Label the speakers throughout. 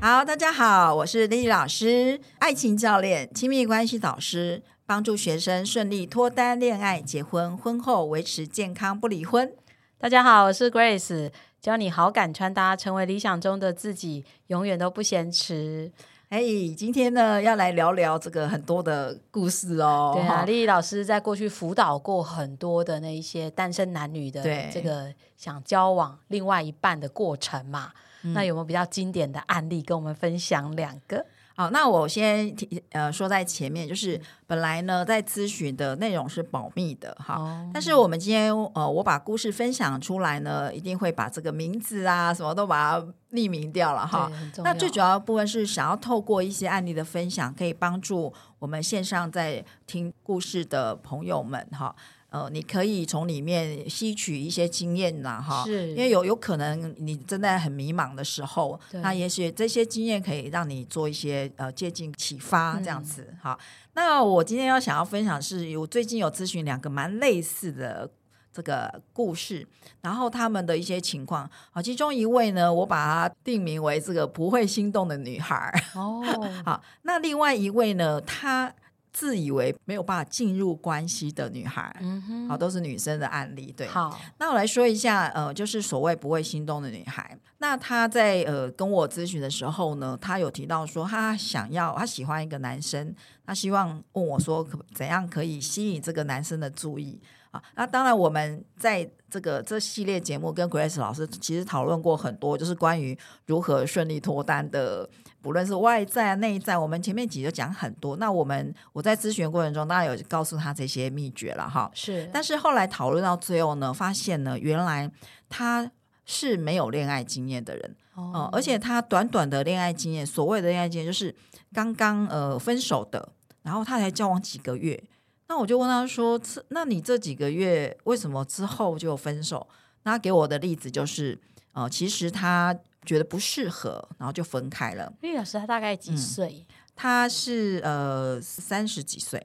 Speaker 1: 好，大家好，我是丽丽老师，爱情教练、亲密关系导师，帮助学生顺利脱单、恋爱、结婚，婚后维持健康不离婚。
Speaker 2: 大家好，我是 Grace，教你好感穿搭，成为理想中的自己，永远都不嫌迟。
Speaker 1: 哎，今天呢要来聊聊这个很多的故事哦。
Speaker 2: 对啊，
Speaker 1: 哈
Speaker 2: 丽丽老师在过去辅导过很多的那一些单身男女的
Speaker 1: 对
Speaker 2: 这个想交往另外一半的过程嘛。
Speaker 1: 嗯
Speaker 2: 那有没有比较经典的案例跟我们分享两个？
Speaker 1: 好，那我先提呃说在前面，就是本来呢在咨询的内容是保密的哈，
Speaker 2: 哦
Speaker 1: 但是我们今天呃我把故事分享出来呢，一定会把这个名字啊什么都把它匿名掉了哈
Speaker 2: 对，。很重要
Speaker 1: 那最主要的部分是想要透过一些案例的分享，可以帮助我们线上在听故事的朋友们哈。呃，你可以从里面吸取一些经验呐，哈，
Speaker 2: 是
Speaker 1: 因为有有可能你正在很迷茫的时候，
Speaker 2: 对
Speaker 1: 那也许这些经验可以让你做一些呃接近启发
Speaker 2: 嗯
Speaker 1: 这样子，哈。那我今天要想要分享是，我最近有咨询两个蛮类似的这个故事，然后他们的一些情况，好，其中一位呢，我把她定名为这个不会心动的女孩儿。
Speaker 2: 哦，
Speaker 1: 好，那另外一位呢，她自以为没有办法进入关系的女孩儿。
Speaker 2: 嗯哼，
Speaker 1: 好，都是女生的案例。对，
Speaker 2: 好，
Speaker 1: 那我来说一下，呃，就是所谓不会心动的女孩。那她在呃跟我咨询的时候呢，她有提到说，她想要，她喜欢一个男生，她希望问我说，可怎样可以吸引这个男生的注意啊？那当然，我们在这个这系列节目跟 Grace 老师其实讨论过很多，就是关于如何顺利脱单的。不论是外在啊、内在，我们前面几集就讲很多。那我们我在咨询过程中，当然有告诉她这些秘诀了哈。
Speaker 2: 是，
Speaker 1: 但是后来讨论到最后呢，发现呢，原来他是没有恋爱经验的人，呃
Speaker 2: 哦，
Speaker 1: 而且他短短的恋爱经验，所谓的恋爱经验就是刚刚呃分手的，然后他才交往几个月。那我就问他说：“这那你这几个月为什么之后就分手？”那他给我的例子就是，呃，其实他觉得不适合，然后就分开了。
Speaker 2: 丽丽老师她大概
Speaker 1: 嗯
Speaker 2: 几岁
Speaker 1: 他是呃三十几岁，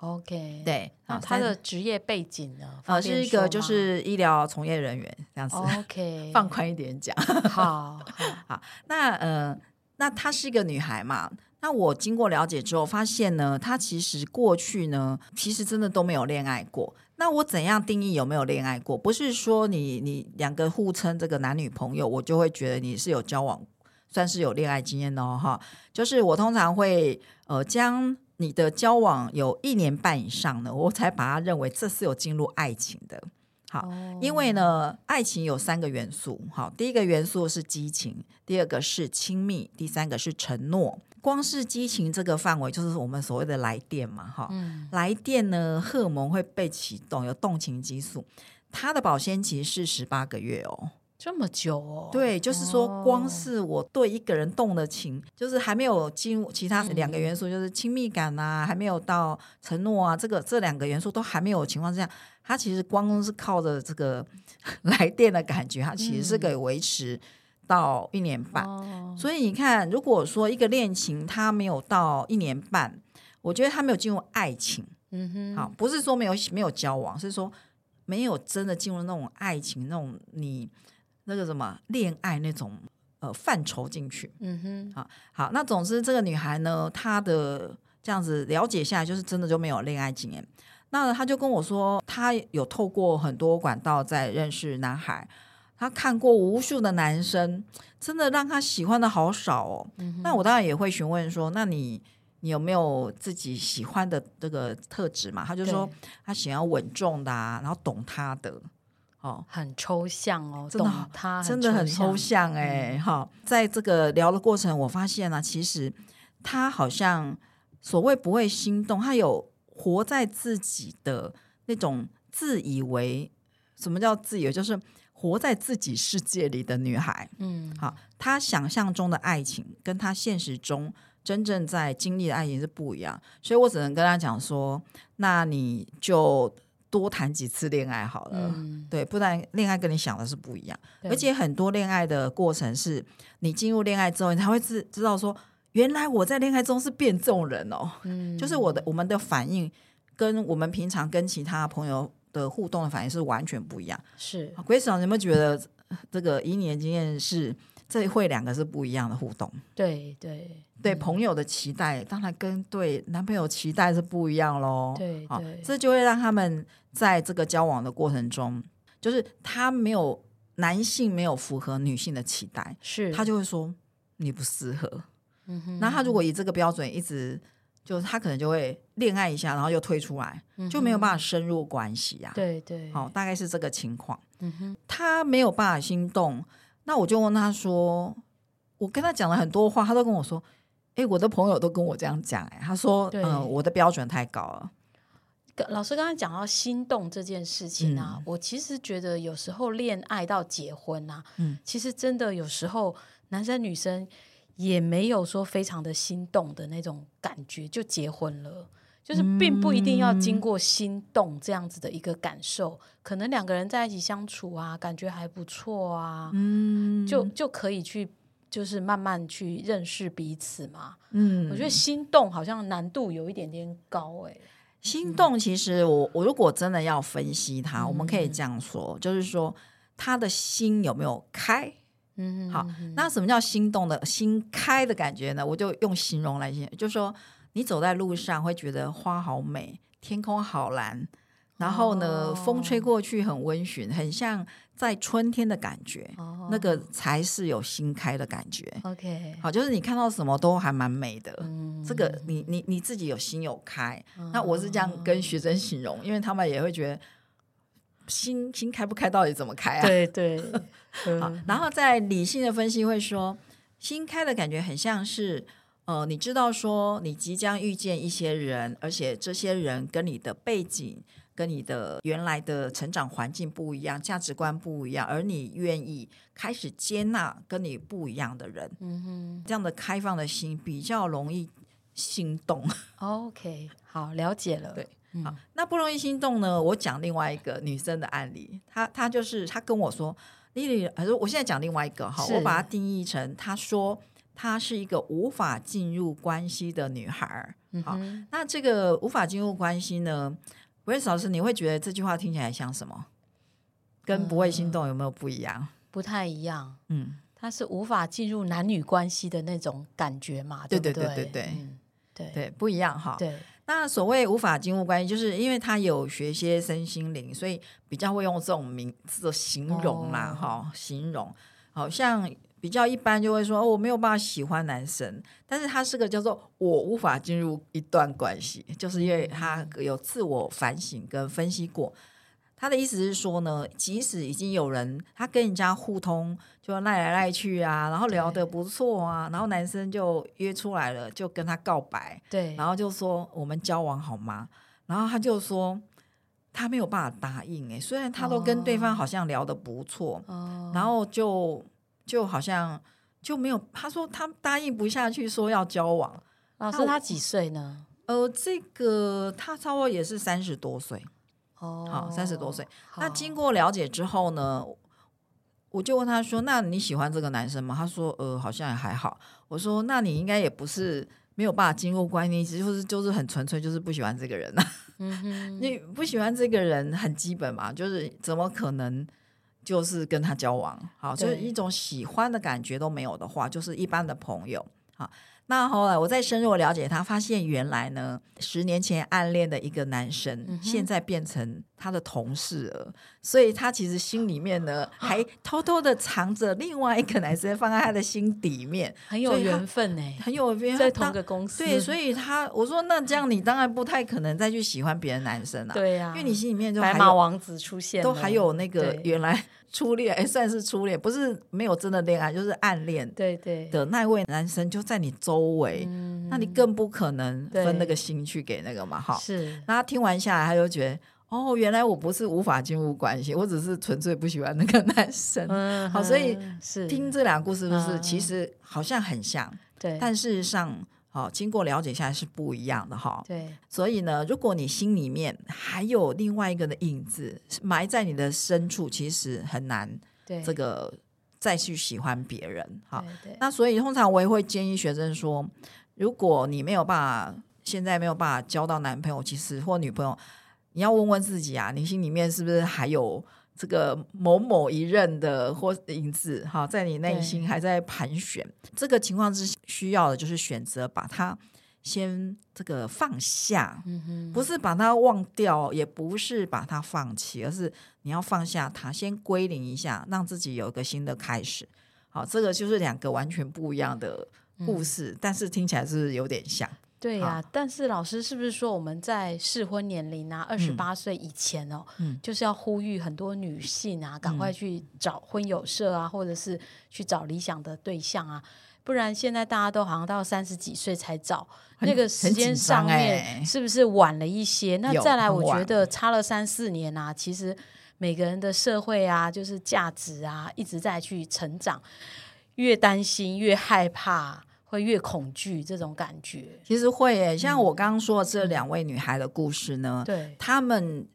Speaker 2: ？OK，，
Speaker 1: 对，
Speaker 2: 那
Speaker 1: 啊
Speaker 2: 她
Speaker 1: 三
Speaker 2: 的职业背景呢？
Speaker 1: 呃
Speaker 2: 方便
Speaker 1: 是一个
Speaker 2: 说
Speaker 1: 就
Speaker 2: 吗
Speaker 1: 是医疗从业人员这样子。
Speaker 2: OK，
Speaker 1: 放宽一点讲，
Speaker 2: 好，好
Speaker 1: 那呃，那她是一个女孩嘛？那我经过了解之后，发现呢，她其实过去呢，其实真的都没有恋爱过。那我怎样定义有没有恋爱过？不是说你你两个互称这个男女朋友，我就会觉得你是有交往，算是有恋爱经验的哦，哈。就是我通常会呃将你的交往有一年半以上呢，我才把它认为这是有进入爱情的。好
Speaker 2: 哦
Speaker 1: 因为呢，爱情有三个元素，好，第一个元素是激情，第二个是亲密，第三个是承诺。光是激情这个范围，就是我们所谓的来电嘛，哈、
Speaker 2: 嗯，
Speaker 1: 来电呢，荷尔蒙会被启动，有动情激素。它的保鲜期是十八个月哦，
Speaker 2: 这么久哦，
Speaker 1: 对，就是说，光
Speaker 2: 哦
Speaker 1: 是我对一个人动的情，就是还没有进入其他两
Speaker 2: 嗯
Speaker 1: 个元素，就是亲密感啊，还没有到承诺啊，这个这两个元素都还没有情况之下，它其实光是靠着这个 来电的感觉，它其实是可以维持到一年半。
Speaker 2: 嗯哦
Speaker 1: 所以你看，如果说一个恋情它没有到一年半，我觉得它没有进入爱情，
Speaker 2: 嗯哼，
Speaker 1: 好，不是说没有没有交往，是说没有真的进入那种爱情那种你那个什么恋爱那种呃范畴进去。
Speaker 2: 嗯哼，
Speaker 1: 好，那总之这个女孩呢，她的这样子了解下来，就是真的就没有恋爱经验。那她就跟我说，她有透过很多管道在认识男孩，她看过无数的男生，真的让她喜欢的好少哦。那我当然也会询问说，那你你有没有自己喜欢的这个特质嘛？她就
Speaker 2: 就
Speaker 1: 说她想要稳重的啊，然后懂她的哦。
Speaker 2: 很抽象哦，
Speaker 1: 真的
Speaker 2: 懂他
Speaker 1: 真的啊很抽
Speaker 2: 抽象，
Speaker 1: 象哎、哈、在这个聊的过程，我发现呢、其实他好像所谓不会心动，他有活在自己的那种自以为，什么叫自以为？就是活在自己世界里的女孩。
Speaker 2: 嗯，
Speaker 1: 好，她想象中的爱情跟她现实中真正在经历的爱情是不一样，所以我只能跟她讲说，那你就多谈几次恋爱好了。
Speaker 2: 嗯，
Speaker 1: 对，不然恋爱跟你想的是不一样，
Speaker 2: 对
Speaker 1: 而且很多恋爱的过程是，你进入恋爱之后，你才会知知道说，原来我在恋爱中是变这种人哦，
Speaker 2: 嗯
Speaker 1: 就是我的我们的反应跟我们平常跟其他朋友的互动的反应是完全不一样。
Speaker 2: 是
Speaker 1: Grace 老师有没有觉得呃这个以你的经验是这会两个是不一样的互动。
Speaker 2: 对对
Speaker 1: 对朋友的期待，当然跟对男朋友期待是不一样喽。
Speaker 2: 对
Speaker 1: 哦好
Speaker 2: 对
Speaker 1: 这就会让他们在这个交往的过程中，就是他没有男性没有符合女性的期待，
Speaker 2: 是，
Speaker 1: 他就会说你不适合。
Speaker 2: 嗯哼
Speaker 1: 那他如果以这个标准一直，就是他可能就会恋爱一下，然后又退出来，
Speaker 2: 嗯哼
Speaker 1: 就没有办法深入关系啊。
Speaker 2: 对对
Speaker 1: 好、大概是这个情况。
Speaker 2: 嗯哼
Speaker 1: 他没有办法心动，那我就问他说，我跟他讲了很多话，他都跟我说，诶，我的朋友都跟我这样讲、诶，他说，
Speaker 2: 对嗯
Speaker 1: 嗯、我的标准太高了，
Speaker 2: 刚老师刚刚讲到心动这件事情
Speaker 1: 嗯
Speaker 2: 啊，我其实觉得有时候恋爱到结婚啊，
Speaker 1: 嗯
Speaker 2: 其实真的有时候男生女生也没有说非常的心动的那种感觉就结婚了。就是并不一定要
Speaker 1: 嗯
Speaker 2: 经过心动这样子的一个感受，可能两个人在一起相处啊，感觉还不错啊，
Speaker 1: 嗯
Speaker 2: 就就可以去就是慢慢去认识彼此嘛。
Speaker 1: 嗯，
Speaker 2: 我觉得心动好像难度有一点点高哎、
Speaker 1: 心动其实我我如果真的要分析他，我们可
Speaker 2: 嗯
Speaker 1: 以这样说，就是说他的心有没有开？
Speaker 2: 嗯，
Speaker 1: 好，那什么叫心动的心开的感觉呢？我就用形容来形容，就说你走在路上会觉得花好美，天空好蓝，然后呢，
Speaker 2: 哦
Speaker 1: 风吹过去很温煦，很像在春天的感觉，
Speaker 2: 哦
Speaker 1: 那个才是有心开的感觉。
Speaker 2: OK，
Speaker 1: 好，就是你看到什么都还蛮美的。
Speaker 2: 嗯
Speaker 1: 这个你你你自己有心有开，
Speaker 2: 嗯
Speaker 1: 那我是这样跟学生形容，因为他们也会觉得心心开不开到底怎么开啊？
Speaker 2: 对 对，
Speaker 1: 好
Speaker 2: 嗯，
Speaker 1: 然后在理性的分析会说，新开的感觉很像是，呃，你知道说你即将遇见一些人，而且这些人跟你的背景、跟你的原来的成长环境不一样，价值观不一样，而你愿意开始接纳跟你不一样的人，
Speaker 2: 嗯
Speaker 1: 这样的开放的心比较容易心动。
Speaker 2: 哼，OK，好，了解了，
Speaker 1: 对
Speaker 2: 嗯，
Speaker 1: 好那不容易心动呢？我讲另外一个女生的案例，她她就是她跟我说，丽丽，还是我现在讲另外一个哈，
Speaker 2: 是
Speaker 1: 我把它定义成，她说她是一个无法进入关系的女孩儿。
Speaker 2: 嗯
Speaker 1: 好
Speaker 2: 哼，
Speaker 1: 那这个无法进入关系呢，维瑞斯老师，你会觉得这句话听起来像什么？跟不会
Speaker 2: 嗯
Speaker 1: 心动有没有不一样？
Speaker 2: 不太一样，
Speaker 1: 嗯，
Speaker 2: 他是无法进入男女关系的那种感觉嘛，
Speaker 1: 对
Speaker 2: 不
Speaker 1: 对对
Speaker 2: 对
Speaker 1: 对对
Speaker 2: 嗯对
Speaker 1: 对，不一样哈。
Speaker 2: 对
Speaker 1: 那所谓无法进入关系，就是因为他有学一些身心灵，所以比较会用这种名字形容啦，
Speaker 2: 哦
Speaker 1: 哈、形容好像比较一般就会说、哦我没有办法喜欢男生，但是他是个叫做我无法进入一段关系，就是因为他有自我反省跟分析过。他的意思是说呢，即使已经有人他跟人家互通，就赖来赖去啊，然后聊得不错啊，然后男生就约出来了，就跟他告白，
Speaker 2: 对，
Speaker 1: 然后就说我们交往好吗？然后他就说他没有办法答应、欸，虽然他都跟对方好像聊得不错，
Speaker 2: 哦
Speaker 1: 然后就就好像就没有，他说他答应不下去，说要交往。
Speaker 2: 老
Speaker 1: 那
Speaker 2: 师
Speaker 1: 我
Speaker 2: 他几岁呢？
Speaker 1: 呃，这个他差不多也是三十多岁，
Speaker 2: 哦，
Speaker 1: 好，三十多岁。
Speaker 2: 好，
Speaker 1: 那经过了解之后呢，我就问他说：“那你喜欢这个男生吗？”他说：“呃，好像也还好。”我说：“那你应该也不是没有办法进入关系，就是就是很纯粹就是不喜欢这个人啊。”
Speaker 2: 嗯 哼，
Speaker 1: 你不喜欢这个人很基本嘛，就是怎么可能就是跟他交往？好，就
Speaker 2: 对
Speaker 1: 是一种喜欢的感觉都没有的话，就是一般的朋友。好，那后来我再深入了解他，发现原来呢，十年前暗恋的一个男生，
Speaker 2: 嗯哼
Speaker 1: 现在变成他的同事了，所以他其实心里面呢，还 偷偷的藏着另外一个男生放在他的心底面，
Speaker 2: 很有
Speaker 1: 所以他
Speaker 2: 缘分哎，
Speaker 1: 很有缘
Speaker 2: 在
Speaker 1: 分。
Speaker 2: 同
Speaker 1: 当
Speaker 2: 个公司，
Speaker 1: 对，所以他我说那这样你当然不太可能再去喜欢别的男生了、啊
Speaker 2: 对呀，
Speaker 1: 因为你心里面就
Speaker 2: 啊白
Speaker 1: 还
Speaker 2: 马
Speaker 1: 有
Speaker 2: 王子出现了，
Speaker 1: 都还有那个
Speaker 2: 对
Speaker 1: 原来 初恋，哎，算是初恋，不是没有真的恋爱，就是暗恋
Speaker 2: 对对，
Speaker 1: 的那位男生就在你周围，
Speaker 2: 嗯
Speaker 1: 那你更不可能
Speaker 2: 对
Speaker 1: 分那个心去给那个嘛，哈。
Speaker 2: 是
Speaker 1: 那他听完下来，他就觉得，哦，原来我不是无法进入关系，我只是纯粹不喜欢那个 男生。
Speaker 2: 嗯
Speaker 1: 好所以
Speaker 2: 哼是
Speaker 1: 听这两个故事，是不是
Speaker 2: 嗯
Speaker 1: 其实好像很像，
Speaker 2: 对，
Speaker 1: 但事实上，好、经过了解下来是不一样的哈。
Speaker 2: 对
Speaker 1: 所以呢，如果你心里面还有另外一个的影子埋在你的深处，其实很难
Speaker 2: 对
Speaker 1: 这个再去喜欢别人。好，
Speaker 2: 对对
Speaker 1: 那所以通常我也会建议学生说，如果你没有办法，现在没有办法交到男朋友，其实或女朋友，你要问问自己啊，你心里面是不是还有这个某某一任的或影子哈，在你内心还在盘旋，这个情况之下需要的就是选择把它先这个放下，
Speaker 2: 嗯哼，
Speaker 1: 不是把它忘掉，也不是把它放弃，而是你要放下它，先归零一下，让自己有一个新的开始。好，这个就是两个完全不一样的故事，但是听起来是不是有点像。
Speaker 2: 对呀、但是老师是不是说我们在适婚年龄啊，二十八岁以前哦，
Speaker 1: 嗯
Speaker 2: 就是要呼吁很多女性啊，赶快去找婚友社啊，或者是去找理想的对象啊，不然现在大家都好像到三十几岁才找，
Speaker 1: 很
Speaker 2: 那个时间上
Speaker 1: 很紧张欸
Speaker 2: 面是不是晚了一些？那
Speaker 1: 有
Speaker 2: 再来，
Speaker 1: 很
Speaker 2: 我觉
Speaker 1: 晚
Speaker 2: 得差了三四年啊，其实每个人的社会啊，就是价值啊，一直在去成长，越担心越害怕，会越恐惧这种感觉。
Speaker 1: 其实会耶，像我刚刚说的这两位女孩的故事呢，
Speaker 2: 对，
Speaker 1: 她们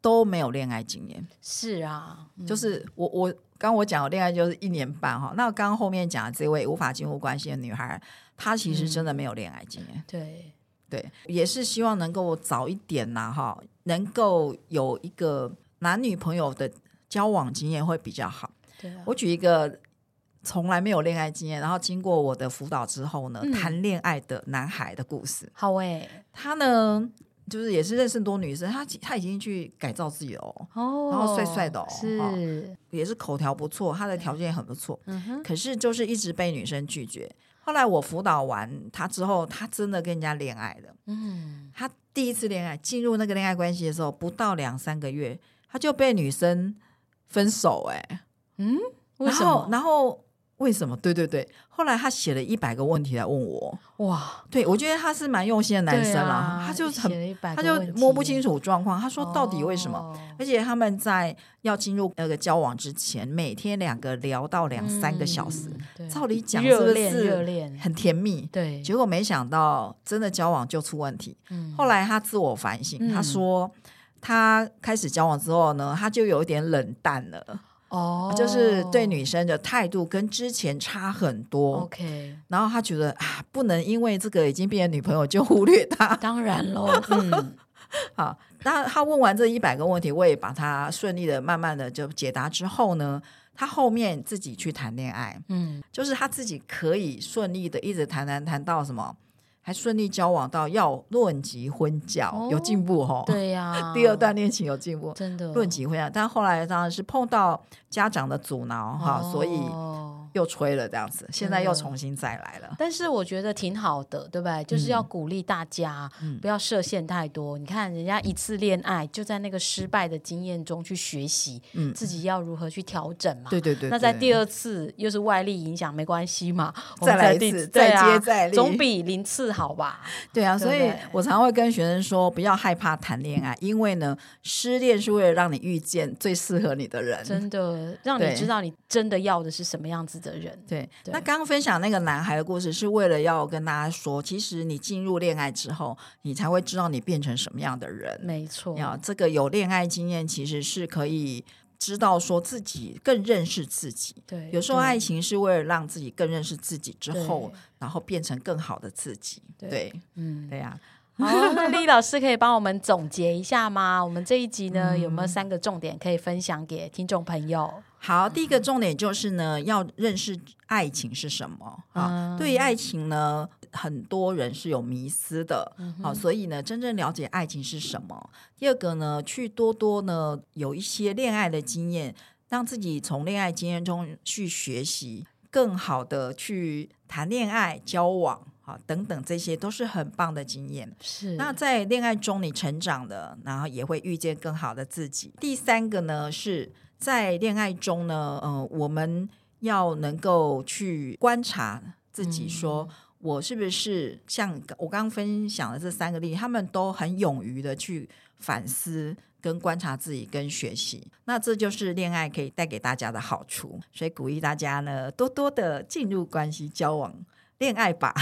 Speaker 1: 都没有恋爱经验，
Speaker 2: 是啊，嗯
Speaker 1: 就是我我刚我讲我恋爱就是一年半哈，那刚刚后面讲的这位无法进入关系的女孩，她其实真的没有恋爱经验，
Speaker 2: 对，
Speaker 1: 对，也是希望能够早一点呐、哈，能够有一个男女朋友的交往经验会比较好。
Speaker 2: 对啊，
Speaker 1: 我举一个从来没有恋爱经验，然后经过我的辅导之后呢，
Speaker 2: 嗯
Speaker 1: 谈恋爱的男孩的故事。
Speaker 2: 好欸诶、
Speaker 1: 他呢，就是也是认识很多女生，他他已经去改造自己了哦，
Speaker 2: 哦，
Speaker 1: 然后帅帅的哦
Speaker 2: 是，
Speaker 1: 也是口条不错，他的条件也很不错，
Speaker 2: 嗯哼，
Speaker 1: 可是就是一直被女生拒绝。后来我辅导完他之后，他真的跟人家恋爱了。
Speaker 2: 嗯，
Speaker 1: 他第一次恋爱进入那个恋爱关系的时候，不到两三个月，他就被女生分手、哎，
Speaker 2: 为
Speaker 1: 然
Speaker 2: 什
Speaker 1: 后
Speaker 2: 么？
Speaker 1: 然后为什么？对对对，后来他写了一百个问题来问我，
Speaker 2: 哇，
Speaker 1: 对我觉得他是蛮用心的男生
Speaker 2: 对
Speaker 1: 了，
Speaker 2: 啊，
Speaker 1: 他就
Speaker 2: 写
Speaker 1: 很
Speaker 2: 了一百
Speaker 1: 他
Speaker 2: 个
Speaker 1: 就
Speaker 2: 问
Speaker 1: 摸不
Speaker 2: 题
Speaker 1: 清楚状况，他说到底为什么？
Speaker 2: 哦
Speaker 1: 而且他们在要进入那个交往之前，每天两个聊到两三个小时，
Speaker 2: 嗯对
Speaker 1: 照理讲是
Speaker 2: 热
Speaker 1: 不
Speaker 2: 恋热
Speaker 1: 是
Speaker 2: 恋，
Speaker 1: 很甜蜜？
Speaker 2: 对，
Speaker 1: 结果没想到真的交往就出问题。
Speaker 2: 嗯
Speaker 1: 后来他自我反省，
Speaker 2: 嗯
Speaker 1: 他说他开始交往之后呢，他就有一点冷淡了，
Speaker 2: 哦，
Speaker 1: 就是对女生的态度跟之前差很多。
Speaker 2: 哦 OK，
Speaker 1: 然后他觉得啊，不能因为这个已经变成女朋友就忽略她。
Speaker 2: 当然喽，嗯，
Speaker 1: 好，那他问完这一百个问题，我也把它顺利的、慢慢的就解答之后呢，他后面自己去谈恋爱，
Speaker 2: 嗯，
Speaker 1: 就是他自己可以顺利的一直谈谈谈到什么，还顺利交往到要论及婚嫁，
Speaker 2: 哦
Speaker 1: 有进步哦。，
Speaker 2: 对呀，
Speaker 1: 第二段恋情有进步，
Speaker 2: 真的
Speaker 1: 论及婚嫁，但后来当然是碰到家长的阻挠哈，所以
Speaker 2: 哦
Speaker 1: 又吹了这样子，现在又
Speaker 2: 真的
Speaker 1: 重新再来了。
Speaker 2: 但是我觉得挺好的，对不对？就是要鼓励大家、
Speaker 1: 嗯
Speaker 2: 不要设限太多。你看人家一次恋爱就在那个失败的经验中去学习，
Speaker 1: 嗯
Speaker 2: 自己要如何去调整嘛。
Speaker 1: 对对对，
Speaker 2: 嗯那在
Speaker 1: 对
Speaker 2: 第二次又是外力影响，没关系嘛， 我
Speaker 1: 再
Speaker 2: 们
Speaker 1: 来一
Speaker 2: 第
Speaker 1: 次，
Speaker 2: 对
Speaker 1: 再
Speaker 2: 啊
Speaker 1: 接再厉，
Speaker 2: 总比零次 好吧？
Speaker 1: 对啊，
Speaker 2: 对不
Speaker 1: 所以
Speaker 2: 对
Speaker 1: 我常会跟学生说，不要害怕谈恋爱，因为呢，失恋是为了让你遇见最适合你的人。
Speaker 2: 真的让你
Speaker 1: 对
Speaker 2: 知道你真的要的是什么样子的人。
Speaker 1: 对，
Speaker 2: 对
Speaker 1: 那刚刚分享那个男孩的故事，是为了要跟大家说，其实你进入恋爱之后，你才会知道你变成什么样的人。
Speaker 2: 没错，
Speaker 1: 要这个有恋爱经验，其实是可以知道说自己更认识自己。
Speaker 2: 对，
Speaker 1: 有时候
Speaker 2: 对
Speaker 1: 爱情是为了让自己更认识自己之后
Speaker 2: 对，
Speaker 1: 然后变成更好的自己。
Speaker 2: 对
Speaker 1: 对，
Speaker 2: 嗯。
Speaker 1: 对呀、
Speaker 2: 好，那哦丽老师可以帮我们总结一下吗？我们这一集
Speaker 1: 嗯
Speaker 2: 呢，有没有三个重点可以分享给听众朋友？
Speaker 1: 好，第一
Speaker 2: 嗯
Speaker 1: 个重点就是呢，要认识爱情是什么啊？
Speaker 2: 嗯
Speaker 1: 对于爱情呢，很多人是有迷思的，好、所以呢，真正了解爱情是什么。第二个呢，去多多呢有一些恋爱的经验，让自己从恋爱经验中去学习，更好的去谈恋爱、交往啊等等，这些都是很棒的经验。
Speaker 2: 是
Speaker 1: 那在恋爱中你成长的，然后也会遇见更好的自己。第三个呢，是在恋爱中呢，呃，我们要能够去观察自己
Speaker 2: 嗯
Speaker 1: 说。我是不是像我刚刚分享的这三个例子，他们都很勇于的去反思、跟观察自己、跟学习。那这就是恋爱可以带给大家的好处，所以鼓励大家呢多多的进入关系、交往、恋爱吧。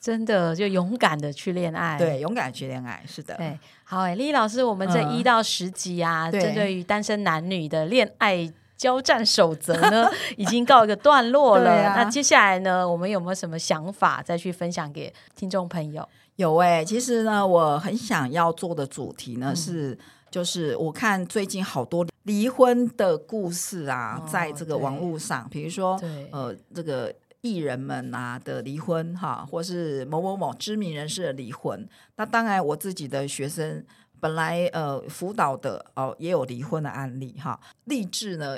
Speaker 2: 真的就勇敢的去恋爱。
Speaker 1: 对，勇敢去恋爱，是的。
Speaker 2: 对，好诶，丽老师，我们这
Speaker 1: 嗯
Speaker 2: 一到十集啊，
Speaker 1: 对
Speaker 2: 针对于单身男女的恋爱。交战守则 呢，已经告一个段落了。
Speaker 1: 对啊
Speaker 2: 那接下来呢，我们有没有什么想法再去分享给听众朋友？
Speaker 1: 有哎、其
Speaker 2: 嗯
Speaker 1: 实呢，我很想要做的主题呢、是，就是我看最近好多离婚的故事啊，
Speaker 2: 哦
Speaker 1: 在这个
Speaker 2: 对
Speaker 1: 网络上，比如说
Speaker 2: 对
Speaker 1: 呃，这个艺人们啊的离婚哈，或是某某某知名人士的离婚。那当然，我自己的学生本来呃辅导的哦、也有离婚的案例哈，立志呢。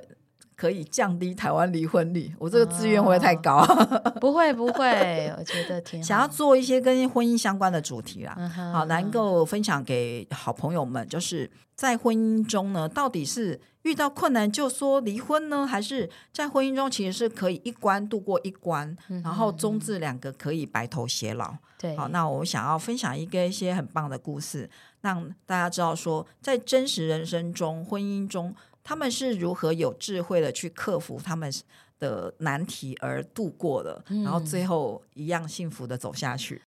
Speaker 1: 可以降低台湾离婚率，我这个志愿会不会太
Speaker 2: 哦
Speaker 1: 高？
Speaker 2: 不会不会，我觉得挺好
Speaker 1: 想要做一些跟婚姻相关的主题啦。
Speaker 2: 嗯哼
Speaker 1: 好，能够分享给好朋友们，就是在婚姻中呢，到底是遇到困难就说离婚呢，还是在婚姻中其实是可以一关度过一关，
Speaker 2: 嗯哼嗯
Speaker 1: 然后中至两个可以白头偕老。
Speaker 2: 对，
Speaker 1: 好，那我想要分享一个一些很棒的故事，让大家知道说，在真实人生中、婚姻中，他们是如何有智慧的去克服他们的难题而度过的，然后最后一样幸福的走下去。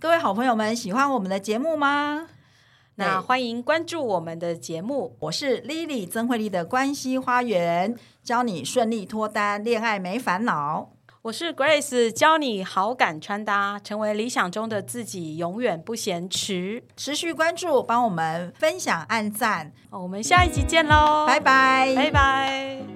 Speaker 1: 各位好朋友们，喜欢我们的节目吗？
Speaker 2: 那
Speaker 1: 对
Speaker 2: 欢迎关注我们的节目，
Speaker 1: 我是 Lily 曾慧丽的关系花园，教你顺利脱单，恋爱没烦恼。
Speaker 2: 我是 Grace，教你好感穿搭，成为理想中的自己，永远不嫌迟。
Speaker 1: 持续关注，帮我们分享、按赞，
Speaker 2: 哦我们下一集见喽，
Speaker 1: 拜拜，
Speaker 2: 拜拜